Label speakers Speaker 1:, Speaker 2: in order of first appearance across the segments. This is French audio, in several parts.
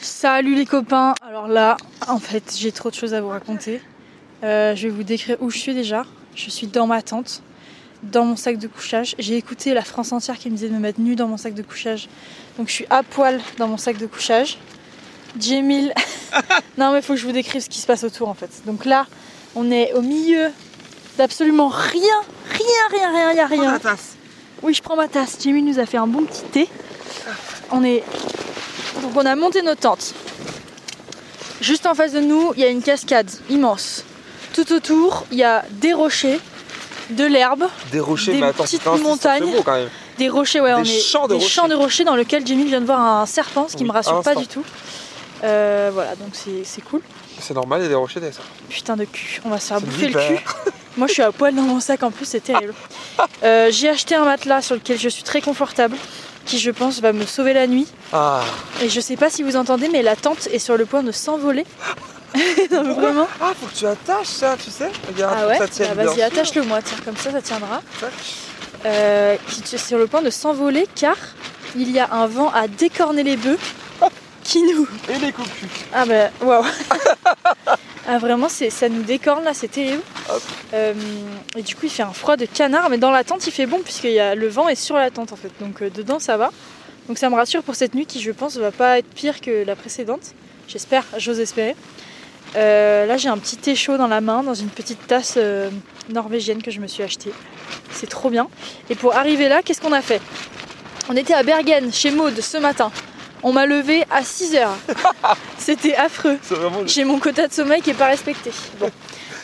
Speaker 1: Salut les copains. Alors là, en fait, j'ai trop de choses à vous raconter. Euh, je vais vous décrire où je suis déjà. Je suis dans ma tente, dans mon sac de couchage. J'ai écouté la France entière qui me disait de me mettre nue dans mon sac de couchage. Donc je suis à poil dans mon sac de couchage. Jamil. non mais faut que je vous décrive ce qui se passe autour en fait. Donc là, on est au milieu d'absolument rien, rien, rien, rien, rien,
Speaker 2: Prends la
Speaker 1: rien.
Speaker 2: tasse.
Speaker 1: Oui, je prends ma tasse. Jamil nous a fait un bon petit thé. On est donc on a monté nos tentes. Juste en face de nous, il y a une cascade immense. Tout autour, il y a des rochers, de l'herbe,
Speaker 2: Des rochers,
Speaker 1: Des
Speaker 2: mais attends,
Speaker 1: petites
Speaker 2: putain, c'est-
Speaker 1: montagnes.
Speaker 2: C'est beau quand même.
Speaker 1: des rochers, ouais,
Speaker 2: Des
Speaker 1: on est
Speaker 2: champs
Speaker 1: des
Speaker 2: de rochers.
Speaker 1: champs de rochers dans lequel Jimmy vient de voir un serpent, ce qui
Speaker 2: Oui,
Speaker 1: me rassure
Speaker 2: un
Speaker 1: pas
Speaker 2: serpent.
Speaker 1: du tout. Euh, voilà, donc c'est c'est cool.
Speaker 2: C'est normal, il y a des rochers des ça.
Speaker 1: Putain de cul, on va se faire
Speaker 2: C'est
Speaker 1: bouffer le
Speaker 2: l'hiver.
Speaker 1: cul. Moi, je suis à poil dans mon sac en plus, c'est terrible. Euh, J'ai acheté un matelas sur lequel je suis très confortable, qui je pense va me sauver la nuit.
Speaker 2: Ah,
Speaker 1: Et je sais pas si vous entendez, mais la tente est sur le point de s'envoler. Non, mais vraiment.
Speaker 2: ah, faut que tu attaches ça, tu sais. Regarde,
Speaker 1: Ah ouais
Speaker 2: ça tient
Speaker 1: Bah,
Speaker 2: bien
Speaker 1: Vas-y,
Speaker 2: sûr.
Speaker 1: attache-le moi, tiens, comme ça, ça tiendra.
Speaker 2: Tac.
Speaker 1: Euh, qui est sur le point de s'envoler car il y a un vent à décorner les bœufs qui nous.
Speaker 2: Et les coucus.
Speaker 1: Ah bah, waouh Ah vraiment, c'est- ça nous décorne là, c'est terrible.
Speaker 2: Hop.
Speaker 1: Euh, et du coup, il fait un froid de canard, mais dans la tente, il fait bon puisque il y a- le vent est sur la tente en fait. Donc euh, dedans, ça va. Donc ça me rassure pour cette nuit qui, je pense, va pas être pire que la précédente. J'espère, j'ose espérer. Euh, là, j'ai un petit thé chaud dans la main, dans une petite tasse euh, norvégienne que je me suis achetée. C'est trop bien. Et pour arriver là, qu'est-ce qu'on a fait On était à Bergen, chez Maude, ce matin. On m'a levé à 6h. C'était affreux.
Speaker 2: C'est vraiment le
Speaker 1: J'ai mon quota de sommeil qui est pas respecté. Bon.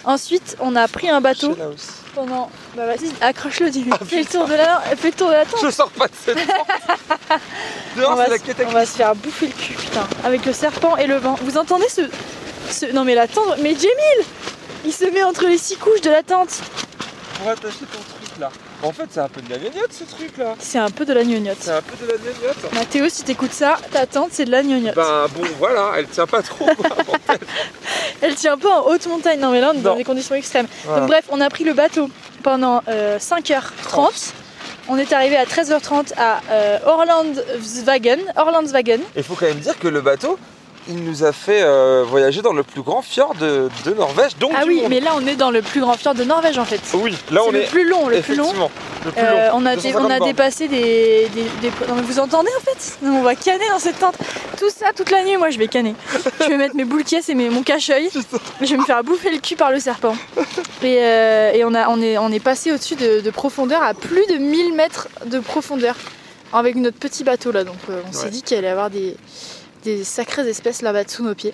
Speaker 1: Ensuite, on a pris un bateau
Speaker 2: rocher, là aussi.
Speaker 1: pendant. Bah vas-y, accroche-le, dis
Speaker 2: Ah,
Speaker 1: fais, le tour de la... fais le tour de la tente.
Speaker 2: Je sors pas de cette porte.
Speaker 1: On
Speaker 2: Dehors,
Speaker 1: va,
Speaker 2: c'est la
Speaker 1: se... on
Speaker 2: cataclysme.
Speaker 1: va se faire bouffer le cul, putain. Avec le serpent et le vent. Vous entendez ce. ce... Non mais la tente. Mais Jamil Il se met entre les six couches de la tente.
Speaker 2: Pour attacher ton truc là. En fait, c'est un peu de la gnognotte ce truc là.
Speaker 1: C'est un peu de la gnognotte.
Speaker 2: C'est un peu de la gnognotte.
Speaker 1: Mathéo, si t'écoutes ça, ta tente c'est de la gnognotte.
Speaker 2: Ben bon, voilà, elle tient pas trop. quoi.
Speaker 1: Elle tient pas en haute montagne. Non mais là, on est dans
Speaker 2: Non.
Speaker 1: des conditions extrêmes.
Speaker 2: Voilà.
Speaker 1: Donc bref, on a pris le bateau pendant euh, 5h30. On est arrivé à 13h30 à euh, Orlandsvagen. Orlandsvagen.
Speaker 2: Il faut quand même dire que le bateau, il nous a fait euh, voyager dans le plus grand fjord de, de Norvège, donc
Speaker 1: Ah
Speaker 2: du
Speaker 1: oui,
Speaker 2: monde.
Speaker 1: mais là on est dans le plus grand fjord de Norvège en fait.
Speaker 2: Oui, là
Speaker 1: C'est
Speaker 2: on
Speaker 1: le
Speaker 2: est
Speaker 1: plus long, le plus long.
Speaker 2: effectivement le plus
Speaker 1: Euh,
Speaker 2: long.
Speaker 1: on, a dé- on
Speaker 2: 250
Speaker 1: a
Speaker 2: bornes.
Speaker 1: dépassé des, des- des- Non mais vous entendez en fait Non, On va canner dans cette tente. Tout ça, toute la nuit, moi je vais canner. je vais mettre mes boules caisses et mes, mon cache-œil. Je vais me faire bouffer le cul par le serpent. Et, euh, et on, a, on, est, on est passé au-dessus de, de profondeur à plus de 1000 mètres de profondeur avec notre petit bateau là. Donc euh, on s'est
Speaker 2: Ouais.
Speaker 1: dit qu'il allait y avoir des, des sacrées espèces là-bas sous nos pieds.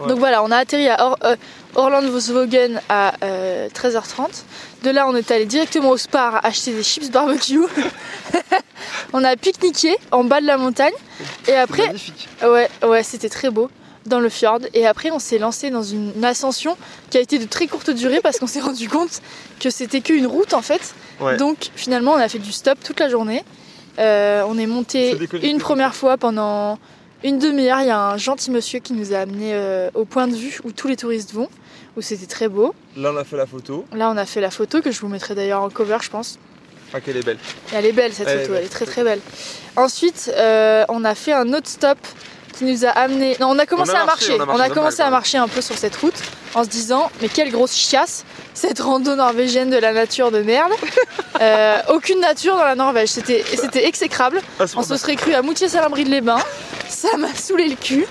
Speaker 2: Ouais.
Speaker 1: Donc voilà, on a atterri à Or, euh, Orland-Volkswagen à euh, 13h30. De là, on est allé directement au Spar acheter des chips barbecue. on a pique-niqué en bas de la montagne. Et
Speaker 2: C'est
Speaker 1: après,
Speaker 2: magnifique.
Speaker 1: Ouais, ouais, c'était très beau dans le fjord. Et après, on s'est lancé dans une ascension qui a été de très courte durée parce qu'on s'est rendu compte que c'était qu'une route en fait.
Speaker 2: Ouais.
Speaker 1: Donc finalement, on a fait du stop toute la journée. Euh, on est monté
Speaker 2: C'est déconnecté.
Speaker 1: une première fois pendant une demi-heure. Il y a un gentil monsieur qui nous a amené au point de vue où tous les touristes vont, où c'était très beau.
Speaker 2: Là on a fait la photo.
Speaker 1: Là, on a fait la photo que je vous mettrai d'ailleurs en cover, je pense.
Speaker 2: Ah qu'elle est belle.
Speaker 1: Et Elle est belle cette
Speaker 2: Elle est
Speaker 1: photo,
Speaker 2: belle.
Speaker 1: elle est très très belle. Ensuite, euh, on a fait un autre stop qui nous a amené. Non, on a commencé
Speaker 2: On a
Speaker 1: à
Speaker 2: marché,
Speaker 1: marcher.
Speaker 2: on a
Speaker 1: On
Speaker 2: marché
Speaker 1: a
Speaker 2: pas
Speaker 1: commencé à
Speaker 2: mal, quand même.
Speaker 1: marcher un peu sur cette route en se disant mais quelle grosse chiasse cette rando norvégienne de la nature de merde. Euh, aucune nature dans la Norvège, c'était c'était exécrable.
Speaker 2: Ah, c'est
Speaker 1: On
Speaker 2: bon,
Speaker 1: se serait cru à moutier salambris de les bains Ça m'a saoulé le cul.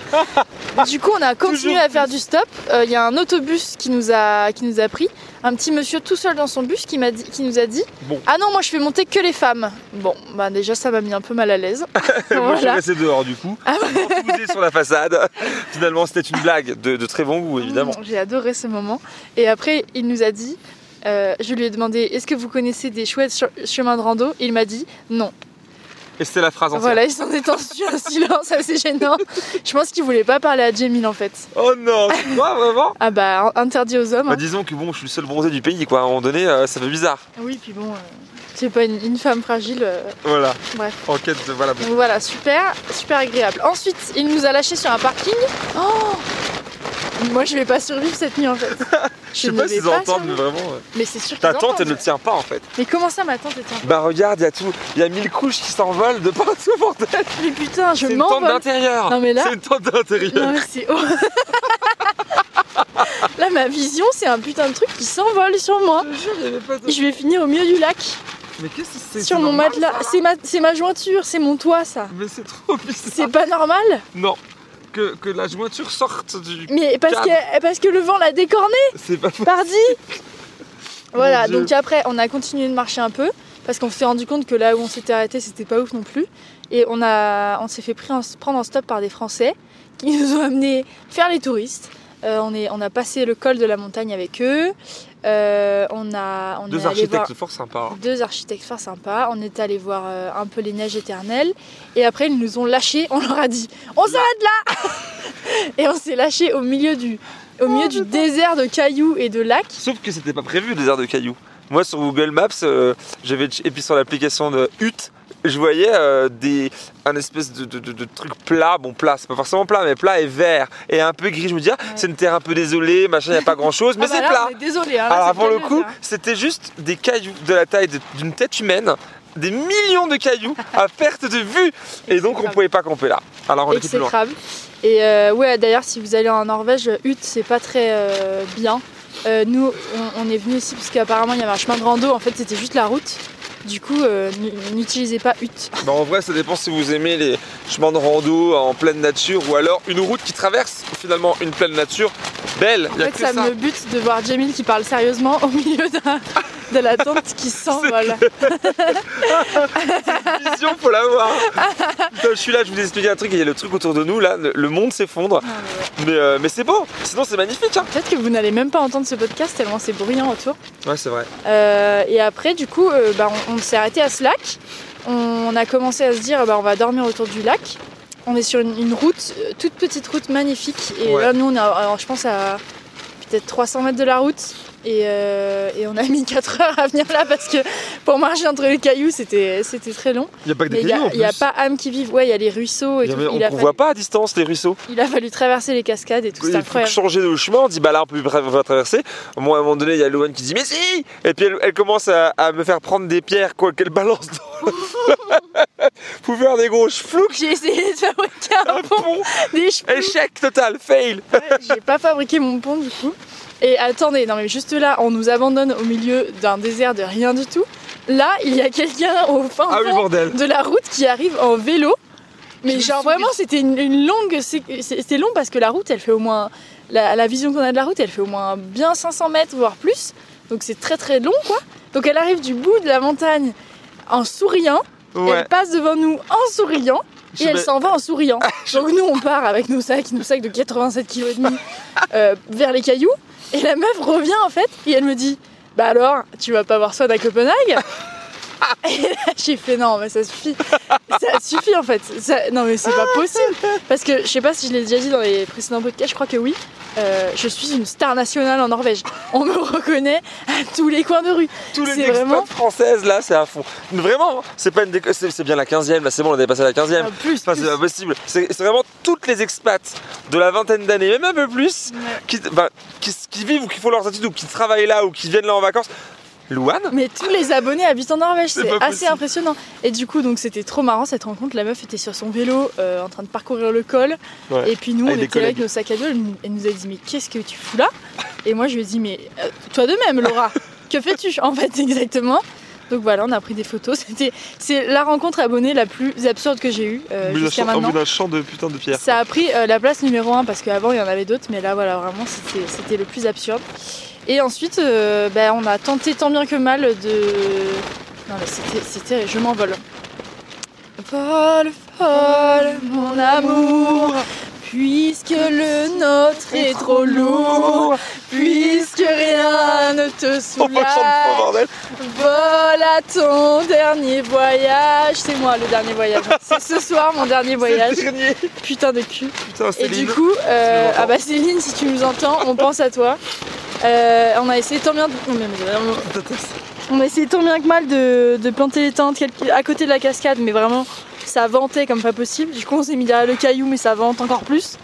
Speaker 1: Du coup, on a continué
Speaker 2: Toujours
Speaker 1: à faire du stop. Euh, Il y a un autobus qui nous a, qui nous a pris. Un petit monsieur tout seul dans son bus qui, m'a dit, qui nous a dit
Speaker 2: Bon.
Speaker 1: Ah non, moi je fais monter que les femmes. Bon, bah déjà, ça m'a mis un peu mal à l'aise.
Speaker 2: Moi je suis
Speaker 1: voilà.
Speaker 2: resté dehors du coup.
Speaker 1: Ah
Speaker 2: Je m'en foutais sur la façade. Finalement c'était une blague de, de très bon goût évidemment.
Speaker 1: Mmh, J'ai adoré ce moment. Et après, il nous a dit euh, Je lui ai demandé Est-ce que vous connaissez des chouettes ch- chemins de rando Il m'a dit Non.
Speaker 2: Et c'était la phrase entière.
Speaker 1: Mm. Voilà, il s'en est ensuite un silence assez gênant. Je pense qu'il voulait pas parler à Jamil en fait.
Speaker 2: Oh non, tu vois vraiment
Speaker 1: Ah bah, interdit aux hommes.
Speaker 2: Bah, Disons que bon je suis le seul bronzé du pays quoi. À un moment donné euh, ça fait bizarre.
Speaker 1: Oui, puis bon, euh, c'est pas une, une femme fragile. euh.
Speaker 2: Voilà.
Speaker 1: Bref.
Speaker 2: En quête de voilà. bon.
Speaker 1: Donc voilà, super, super agréable. Ensuite, il nous a lâchés sur un parking. Oh Moi, je vais pas survivre cette nuit en fait.
Speaker 2: Je sais pas
Speaker 1: ne vais
Speaker 2: s'ils
Speaker 1: pas
Speaker 2: entendent,
Speaker 1: ça,
Speaker 2: mais
Speaker 1: non.
Speaker 2: vraiment. euh,
Speaker 1: Mais c'est sûr qu'ils
Speaker 2: Ta tente,
Speaker 1: entendent.
Speaker 2: elle ne tient pas en fait.
Speaker 1: Mais comment ça ma tante elle tient
Speaker 2: Bah regarde, il y a tout. Il y a mille couches qui s'envolent de partout, bordel.
Speaker 1: Mais putain, je
Speaker 2: C'est une tente
Speaker 1: m'envole.
Speaker 2: d'intérieur.
Speaker 1: Non, mais là-
Speaker 2: C'est une tente d'intérieur.
Speaker 1: Non mais c'est horrible. Là ma vision c'est un putain de truc qui s'envole sur moi.
Speaker 2: Je te jure, il y avait pas de-
Speaker 1: Je vais finir au milieu du lac,
Speaker 2: Mais qu'est-ce que c'est
Speaker 1: sur
Speaker 2: c'est
Speaker 1: mon
Speaker 2: normal,
Speaker 1: matelas.
Speaker 2: ça
Speaker 1: C'est ma, c'est ma jointure, c'est mon toit ça.
Speaker 2: Mais c'est trop bizarre.
Speaker 1: C'est pas normal.
Speaker 2: Non. Que, que la jointure sorte du.
Speaker 1: Mais parce que, parce que le vent l'a décorné,
Speaker 2: C'est pas possible.
Speaker 1: pardi Voilà,
Speaker 2: Dieu.
Speaker 1: donc après on a continué de marcher un peu parce qu'on s'est rendu compte que là où on s'était arrêté c'était pas ouf non plus. Et on, a, on s'est fait pris en- prendre en stop par des Français qui nous ont amenés faire les touristes. Euh, on, est, on a passé le col de la montagne avec eux. Euh, on a, on
Speaker 2: Deux
Speaker 1: est allé voir
Speaker 2: architectes fort sympas. hein.
Speaker 1: deux architectes fort sympas. On est allé voir euh, un peu les neiges éternelles. Et après, ils nous ont lâchés. On leur a dit On s'arrête là Et on s'est lâchés au milieu du, au
Speaker 2: Ah,
Speaker 1: milieu du désert de cailloux et de lacs.
Speaker 2: Sauf que c'était pas prévu, des airs de cailloux. Moi, sur Google Maps, euh, j'avais et puis sur l'application de Hut, je voyais euh, des un espèce de, de- de- de truc plat, bon plat, c'est pas forcément plat, mais plat et vert et un peu gris. Je me disais, ah,
Speaker 1: Ouais.
Speaker 2: c'est une terre un peu désolée, machin, y a pas grand chose, mais
Speaker 1: Ah bah
Speaker 2: c'est
Speaker 1: là,
Speaker 2: plat.
Speaker 1: on est désolé. hein, là,
Speaker 2: Alors
Speaker 1: c'est
Speaker 2: pour le
Speaker 1: cailloux,
Speaker 2: coup,
Speaker 1: là.
Speaker 2: c'était juste des cailloux de la taille de- d'une tête humaine, des millions de cailloux à perte de vue, et donc on
Speaker 1: Exécrable.
Speaker 2: pouvait pas camper là. Alors on était plus loin.
Speaker 1: Exécrable. Et euh, ouais, d'ailleurs, si vous allez en Norvège, Hut, c'est pas très euh, bien. Euh, nous, on, on est venu ici parce qu'apparemment, il y avait un chemin de rando. En fait, c'était juste la route. Du coup, euh, n- n'utilisez pas Hut.
Speaker 2: Bah, en vrai, ça dépend si vous aimez les chemins de rando en pleine nature ou alors une route qui traverse finalement une pleine nature belle. Il
Speaker 1: En
Speaker 2: y
Speaker 1: fait,
Speaker 2: a que
Speaker 1: ça,
Speaker 2: ça.
Speaker 1: me bute de voir Jamil qui parle sérieusement au milieu d'un- de la tente qui s'envole.
Speaker 2: Vision, faut l'avoir. Putain, je suis là, je vous ai expliqué un truc. Il y a le truc autour de nous là, le le monde s'effondre.
Speaker 1: Non, mais ouais.
Speaker 2: Mais, euh, mais c'est beau. Sinon, c'est magnifique. Hein.
Speaker 1: Peut-être que vous n'allez même pas entendre ce podcast tellement c'est bruyant autour.
Speaker 2: Ouais, c'est vrai.
Speaker 1: Euh, et après, du coup, euh, bah, on, on s'est arrêté à ce lac. On a commencé à se dire, bah, on va dormir autour du lac. On est sur une, une route, euh, toute petite route magnifique. Et
Speaker 2: Ouais.
Speaker 1: là, nous, on est, à- alors, je pense, à peut-être 300 mètres de la route. Et, euh, et on a mis 4 heures à venir là parce que pour marcher entre les cailloux, c'était c'était très long.
Speaker 2: Il n'y a pas que
Speaker 1: Mais
Speaker 2: des
Speaker 1: il n'y
Speaker 2: cailloux en
Speaker 1: a,
Speaker 2: plus.
Speaker 1: y a pas âme qui vive, ouais, il y a les ruisseaux et
Speaker 2: Il y
Speaker 1: tout.
Speaker 2: avait- on
Speaker 1: Il a,
Speaker 2: ne
Speaker 1: fallu,
Speaker 2: voit pas à distance les ruisseaux.
Speaker 1: il a fallu traverser les cascades et tout,
Speaker 2: Il
Speaker 1: c'est
Speaker 2: faut
Speaker 1: incroyable.
Speaker 2: changer de chemin, on dit bah là on peut va traverser. Moi à un moment donné il y a Loan qui dit mais si Et puis elle, elle commence à, à me faire prendre des pierres quoi qu'elle balance dans le- Faut faire des gros chevaux
Speaker 1: J'ai essayé de fabriquer
Speaker 2: Ah
Speaker 1: un pont,
Speaker 2: Bon,
Speaker 1: des cheveux.
Speaker 2: échec total, fail
Speaker 1: J'ai pas fabriqué mon pont du coup. Et attendez, non mais juste là, on nous abandonne au milieu d'un désert de rien du tout. Là, il y a quelqu'un au fin
Speaker 2: Ah oui
Speaker 1: fond
Speaker 2: bordel
Speaker 1: de la route qui arrive en vélo. Mais
Speaker 2: Je
Speaker 1: genre
Speaker 2: suis-
Speaker 1: vraiment, c'était une, une longue. sé- c'est- C'était long parce que la route, elle fait au moins. La, la vision qu'on a de la route, elle fait au moins bien 500 mètres, voire plus. Donc c'est très très long quoi. Donc elle arrive du bout de la montagne en souriant.
Speaker 2: Ouais
Speaker 1: Elle passe devant nous en souriant.
Speaker 2: Je
Speaker 1: Et elle
Speaker 2: me-
Speaker 1: s'en va en souriant. Donc nous on part avec nos sacs, nos sacs de 87 kg et demi euh, vers les cailloux et la meuf revient en fait et elle me dit "Bah alors, tu vas pas voir Swan à Copenhague Et là j'ai fait "Non, mais ça suffit. Ça suffit en fait. Ça- non mais c'est pas possible parce que je sais pas si je l'ai déjà dit dans les précédents podcasts, je crois que oui. euh, je suis une star nationale en Norvège. On me reconnaît à tous les coins de rue.
Speaker 2: Tous les
Speaker 1: c'est
Speaker 2: experts
Speaker 1: vraiment-
Speaker 2: françaises là c'est à fond. Mais vraiment, hein, c'est pas une déco- c'est c'est bien la 15 e là c'est bon on a dépassé la 15 e
Speaker 1: En plus,
Speaker 2: Enfin, c'est
Speaker 1: Ah, plus.
Speaker 2: pas possible. C'est c'est vraiment toutes les expats de la vingtaine d'années, même un peu plus,
Speaker 1: Ouais.
Speaker 2: qui, bah, qui, qui vivent ou qui font leurs études ou qui travaillent là ou qui viennent là en vacances. Louane
Speaker 1: Mais tous les abonnés habitent en Norvège,
Speaker 2: C'est
Speaker 1: c'est
Speaker 2: pas
Speaker 1: assez
Speaker 2: possible.
Speaker 1: impressionnant. Et du coup, donc c'était trop marrant cette rencontre. La meuf était sur son vélo euh, en train de parcourir le col.
Speaker 2: Ouais.
Speaker 1: Et puis nous, on
Speaker 2: Avec des
Speaker 1: était là avec
Speaker 2: collègues.
Speaker 1: nos sacs à dos. Elle nous- Elle nous a dit Mais qu'est-ce que tu fous là Et moi, je lui ai dit Mais euh, toi de même, Laura, que fais-tu en fait exactement donc voilà, on a pris des photos. C'était, c'est la rencontre abonnée la plus absurde que j'ai eue euh, jusqu'à maintenant.
Speaker 2: d'un champ de putain de pierre.
Speaker 1: Ça a pris euh, la place numéro 1 parce qu'avant il y en avait d'autres, mais là voilà, vraiment c'était c'était le plus absurde. Et ensuite, euh, bah, on a tenté tant bien que mal de. Non, mais c'était. c'était- Je m'envole. Vole, vole, mon amour, puisque le nôtre est trop lourd, puisque rien ne te
Speaker 2: On Oh, chante pas,
Speaker 1: soulage.
Speaker 2: bordel
Speaker 1: Vole à ton dernier voyage. C'est moi le dernier voyage. C'est ce soir mon dernier
Speaker 2: C'est le
Speaker 1: voyage.
Speaker 2: dernier
Speaker 1: Putain de cul.
Speaker 2: Putain,
Speaker 1: Et
Speaker 2: Céline.
Speaker 1: du coup, euh,
Speaker 2: m'entends
Speaker 1: ah bah Céline, si tu nous entends, on pense à toi. Euh, on a essayé tant bien, on a-
Speaker 2: Putain, c'est-
Speaker 1: on a essayé tant bien que mal de, de planter les tentes quelque- à côté de la cascade, mais vraiment, ça ventait comme pas possible. Du coup, on s'est mis derrière le caillou, mais ça vente encore plus.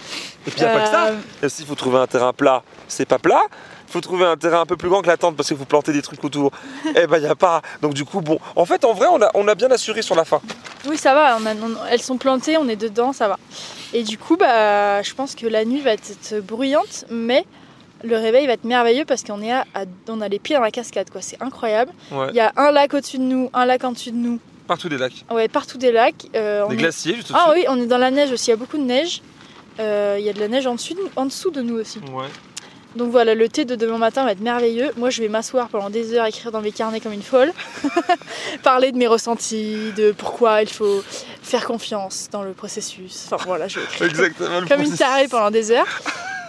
Speaker 2: Et puis il n'y a pas que ça.
Speaker 1: Euh,
Speaker 2: Et s'il faut trouver un terrain plat, c'est pas plat. Il faut trouver un terrain un peu plus grand que la tente parce qu'il faut planter des trucs autour. eh ben, il n'y a pas. Donc, du coup, bon. En fait, en vrai, on a, on a bien assuré sur la fin.
Speaker 1: Oui, ça va, on a- on- elles sont plantées, on est dedans, ça va. Et du coup, bah, je pense que la nuit va être bruyante, mais le réveil va être merveilleux parce qu'on est à, à- on a les pieds dans la cascade, quoi. C'est incroyable.
Speaker 2: Ouais.
Speaker 1: Il y a un lac au-dessus de nous, un lac en dessus de nous,
Speaker 2: Partout des lacs.
Speaker 1: ouais, partout des lacs. euh, on
Speaker 2: Des
Speaker 1: est-
Speaker 2: glaciers, juste
Speaker 1: Ah oui, on est dans la neige aussi, il y a beaucoup de neige. Euh, Il y a de la neige en dessous, de nous- en dessous de nous aussi.
Speaker 2: Ouais.
Speaker 1: Donc voilà, le thé de demain matin va être merveilleux. Moi, je vais m'asseoir pendant des heures, écrire dans mes carnets comme une folle, parler de mes ressentis, de pourquoi il faut faire confiance dans le processus. Enfin voilà, je vais écrire
Speaker 2: Exactement. le
Speaker 1: comme une
Speaker 2: processus.
Speaker 1: tarée pendant des heures.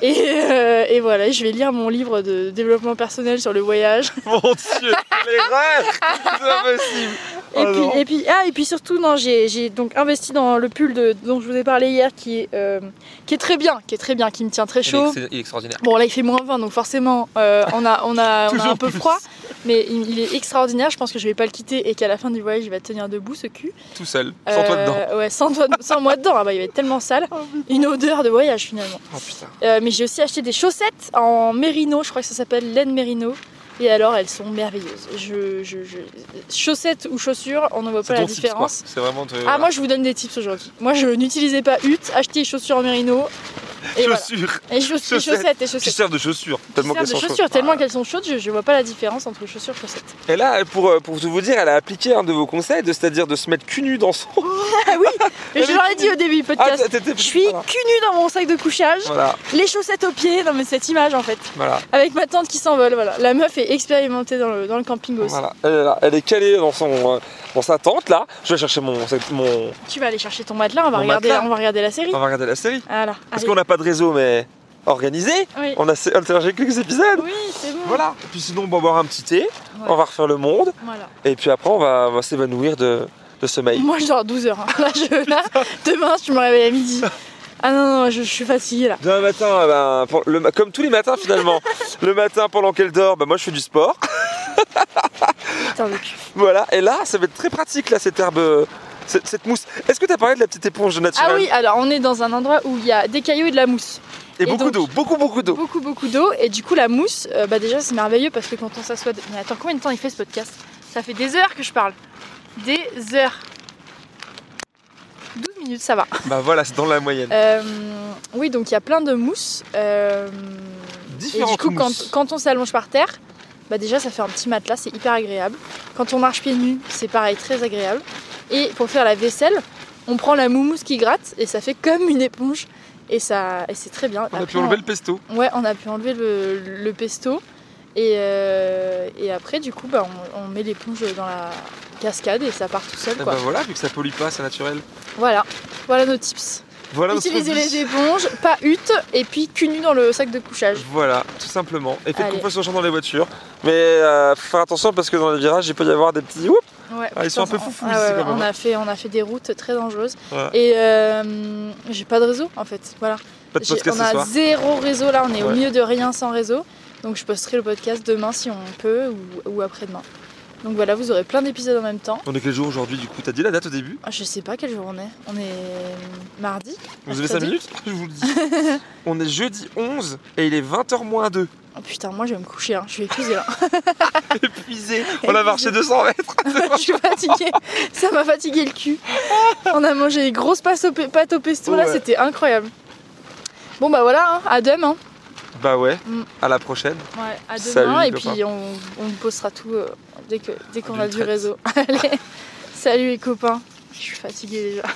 Speaker 1: Et, euh, et voilà, je vais lire mon livre de développement personnel sur le voyage.
Speaker 2: Mon dieu, l'erreur C'est impossible
Speaker 1: Et,
Speaker 2: Oh non.
Speaker 1: puis, et, puis, ah, et puis surtout, non, j'ai j'ai donc investi dans le pull de, dont je vous ai parlé hier qui est, euh, qui est très bien, qui est très bien, qui me tient très chaud.
Speaker 2: Il est extraordinaire.
Speaker 1: Bon là il fait moins 20 donc forcément euh, on, a, on, a, on a un
Speaker 2: Toujours
Speaker 1: peu
Speaker 2: plus.
Speaker 1: froid mais il, il est extraordinaire je pense que je vais pas le quitter et qu'à la fin du voyage il va tenir debout ce cul.
Speaker 2: Tout seul, sans toi
Speaker 1: Euh,
Speaker 2: dedans.
Speaker 1: Ouais sans, toi- sans moi dedans Ah bah, il va être tellement sale. Une odeur de voyage finalement.
Speaker 2: Oh putain.
Speaker 1: Euh, mais j'ai aussi acheté des chaussettes en mérino je crois que ça s'appelle laine mérino et alors elles sont merveilleuses. Je, je- je- Chaussettes ou chaussures on ne voit pas
Speaker 2: C'est
Speaker 1: la
Speaker 2: ton tips, quoi.
Speaker 1: différence.
Speaker 2: C'est vraiment. te-
Speaker 1: Ah moi je vous donne des tips aujourd'hui. Moi je n'utilisais pas Hutte, achetez des chaussures en mérino et voilà.
Speaker 2: Chaussures
Speaker 1: Et chauss- et
Speaker 2: chaussettes.
Speaker 1: chaussettes et
Speaker 2: Qui
Speaker 1: chaussettes.
Speaker 2: servent de chaussures, tellement
Speaker 1: Qui
Speaker 2: qu'elles
Speaker 1: sert
Speaker 2: sont
Speaker 1: de chaussures,
Speaker 2: chaudes.
Speaker 1: tellement qu'elles sont chaudes, je, je vois pas la différence entre chaussures et chaussettes.
Speaker 2: Et là, pour, euh, pour tout vous dire, elle a appliqué un de vos conseils, de- c'est-à-dire de se mettre cul nu dans son.
Speaker 1: Ah oui,
Speaker 2: Mais
Speaker 1: je leur ai
Speaker 2: tu-
Speaker 1: dit au début du podcast.
Speaker 2: t'étais.
Speaker 1: je suis
Speaker 2: Voilà.
Speaker 1: cul nu dans mon sac de couchage,
Speaker 2: Voilà,
Speaker 1: les chaussettes aux pieds, non mais cette image en fait,
Speaker 2: voilà.
Speaker 1: avec ma tante qui s'envole, voilà. La meuf est expérimentée dans le, dans le camping aussi.
Speaker 2: voilà. Elle, est là, elle est calée dans, son, euh, dans sa tente là. Je vais chercher mon. mon...
Speaker 1: Tu vas aller chercher ton matelas, on va,
Speaker 2: Mon
Speaker 1: regarder,
Speaker 2: matelas.
Speaker 1: on va regarder la série.
Speaker 2: On va regarder la série.
Speaker 1: Voilà.
Speaker 2: Parce
Speaker 1: allez.
Speaker 2: qu'on n'a pas de réseau, mais organisé.
Speaker 1: Oui,
Speaker 2: On a sé- interagé quelques épisodes.
Speaker 1: Oui, c'est bon.
Speaker 2: Voilà. Et puis sinon, on va boire un petit thé.
Speaker 1: Ouais.
Speaker 2: On va refaire le monde.
Speaker 1: Voilà.
Speaker 2: Et puis après, on va, on va s'évanouir de, de sommeil.
Speaker 1: Moi je dors à 12h. Là, je, là, demain je me réveille à midi. Ah non, non, je, je suis fatiguée là.
Speaker 2: Demain matin, eh ben, pour le ma- comme tous les matins finalement, le matin pendant qu'elle dort, ben, moi je fais du sport.
Speaker 1: Putain de cul.
Speaker 2: Voilà, et là, ça va être très pratique, là, cette herbe, euh, cette, cette mousse. Est-ce que t'as parlé de la petite éponge naturelle
Speaker 1: Ah oui, alors on est dans un endroit où il y a des cailloux et de la mousse.
Speaker 2: Et,
Speaker 1: et
Speaker 2: beaucoup
Speaker 1: donc-
Speaker 2: d'eau, beaucoup, beaucoup d'eau.
Speaker 1: Beaucoup, beaucoup d'eau. Et du coup, la mousse, euh, bah déjà, c'est merveilleux parce que quand on s'assoit. de- Mais attends, combien de temps il fait ce podcast Ça fait des heures que je parle. Des heures. 12 minutes, ça va.
Speaker 2: Bah voilà, c'est dans la moyenne.
Speaker 1: Euh, oui, donc il y a plein de mousse. euh, et du
Speaker 2: Différentes
Speaker 1: coup, quand,
Speaker 2: mousses.
Speaker 1: quand on s'allonge par terre, bah déjà, ça fait un petit matelas, c'est hyper agréable. Quand on marche pieds nus, c'est pareil, très agréable. Et pour faire la vaisselle, on prend la moumousse qui gratte et ça fait comme une éponge. Et, ça, et c'est très bien.
Speaker 2: On a pu
Speaker 1: Après,
Speaker 2: enlever le pesto.
Speaker 1: Ouais, on a pu enlever le, le pesto. Et, euh, et après, du coup, bah, on, on met l'éponge dans la cascade et ça part tout seul.
Speaker 2: Et
Speaker 1: Quoi.
Speaker 2: bah voilà, vu que ça pollue pas, c'est naturel.
Speaker 1: Voilà, voilà nos tips.
Speaker 2: Voilà notre
Speaker 1: Utilisez
Speaker 2: hobby.
Speaker 1: les éponges, pas hutte, et puis cul nu dans le sac de couchage.
Speaker 2: Voilà, tout simplement. Et faites
Speaker 1: Allez.
Speaker 2: compression champ dans les voitures. Mais euh, faut faire attention parce que dans les virages, il peut y avoir des petits. Oups
Speaker 1: Ouais,
Speaker 2: Ah, ils sont un peu
Speaker 1: on-
Speaker 2: foufous
Speaker 1: ah
Speaker 2: ici,
Speaker 1: ouais,
Speaker 2: quand même, hein.
Speaker 1: On a, fait, on a fait des routes très dangereuses.
Speaker 2: Ouais.
Speaker 1: Et euh, j'ai pas de réseau en fait. Voilà.
Speaker 2: Pas de
Speaker 1: J'ai-
Speaker 2: podcast
Speaker 1: on
Speaker 2: ce
Speaker 1: a
Speaker 2: soir.
Speaker 1: zéro réseau là, on est au
Speaker 2: Ouais.
Speaker 1: milieu de rien sans réseau. Donc je posterai le podcast demain si on peut ou, ou après-demain. Donc voilà, vous aurez plein d'épisodes en même temps.
Speaker 2: On est quel jour aujourd'hui du coup T'as dit la date au début
Speaker 1: Ah, Je sais pas quel jour on est. On est euh, mardi
Speaker 2: Vous avez 5
Speaker 1: Mercredi.
Speaker 2: minutes Je vous le dis. on est jeudi 11 et il est 20h moins 2.
Speaker 1: Oh putain, moi je vais me coucher, hein. je suis épuisée là.
Speaker 2: Épuisé. On a marché 200 mètres.
Speaker 1: je suis fatiguée. Ça m'a fatigué le cul. On a mangé des grosses pâtes au, pe- pâtes au pesto là,
Speaker 2: Ouais.
Speaker 1: c'était incroyable. Bon bah voilà, hein. à demain.
Speaker 2: Bah ouais,
Speaker 1: Mm.
Speaker 2: à la prochaine.
Speaker 1: Ouais, à demain
Speaker 2: Salut, les
Speaker 1: et puis on, on vous postera tout euh, dès que dès qu'on
Speaker 2: D'une
Speaker 1: a du
Speaker 2: traite.
Speaker 1: réseau. Allez, salut les copains. Je suis fatiguée déjà.